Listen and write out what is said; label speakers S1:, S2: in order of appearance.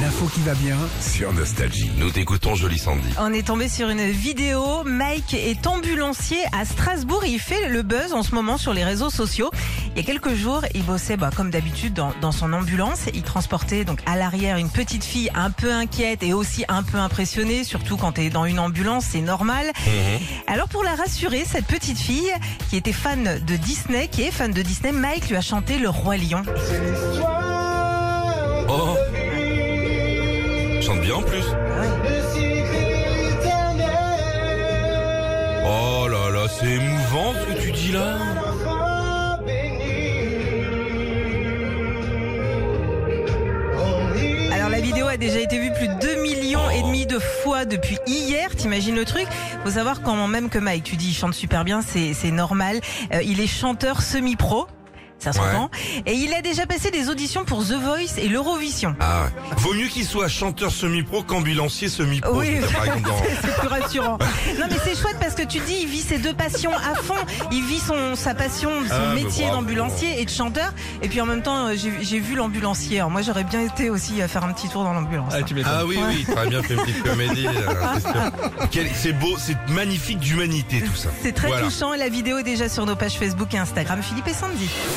S1: L'info qui va bien.
S2: Sur Nostalgie, nous t'écoutons Jolie Sandy.
S3: On est tombé sur une vidéo. Mike est ambulancier à Strasbourg. Il fait le buzz en ce moment sur les réseaux sociaux. Il y a quelques jours, il bossait bah, comme d'habitude dans, dans son ambulance. Il transportait donc à l'arrière une petite fille un peu inquiète et aussi un peu impressionnée, surtout quand t'es dans une ambulance, c'est normal.
S2: Mm-hmm.
S3: Alors pour la rassurer, cette petite fille qui était fan de Disney, qui est fan de Disney, Mike lui a chanté Le Roi Lion.
S2: Oh Chante bien en plus. Oh là là, c'est émouvant ce que tu dis là.
S3: Alors la vidéo a déjà été vue plus de 2 millions et demi de fois depuis hier, t'imagines le truc Faut savoir quand même que Mike, tu dis, il chante super bien, c'est c'est normal. Euh, il est chanteur semi-pro, ça s'entend. Et il a déjà passé des auditions pour The Voice et l'Eurovision.
S2: Ah ouais. Vaut mieux qu'il soit chanteur semi-pro qu'ambulancier semi-pro.
S3: Oui,
S2: Par exemple, dans-
S3: c'est plus rassurant. Non mais c'est chouette parce que tu dis, il vit ses deux passions à fond. Il vit son sa passion, son
S2: Ah, bah,
S3: métier
S2: bravo.
S3: d'ambulancier et de chanteur. Et puis en même temps, euh, j'ai j'ai vu l'ambulancier. Alors, Moi, j'aurais bien été aussi à faire un petit tour dans l'ambulance. hein.
S2: Ah oui, oui, très bien fait une petite comédie. euh, c'est sûr. Quel- C'est beau, c'est magnifique d'humanité tout ça.
S3: C'est très
S2: Voilà.
S3: touchant et la vidéo est déjà sur nos pages Facebook et Instagram Philippe et Sandy.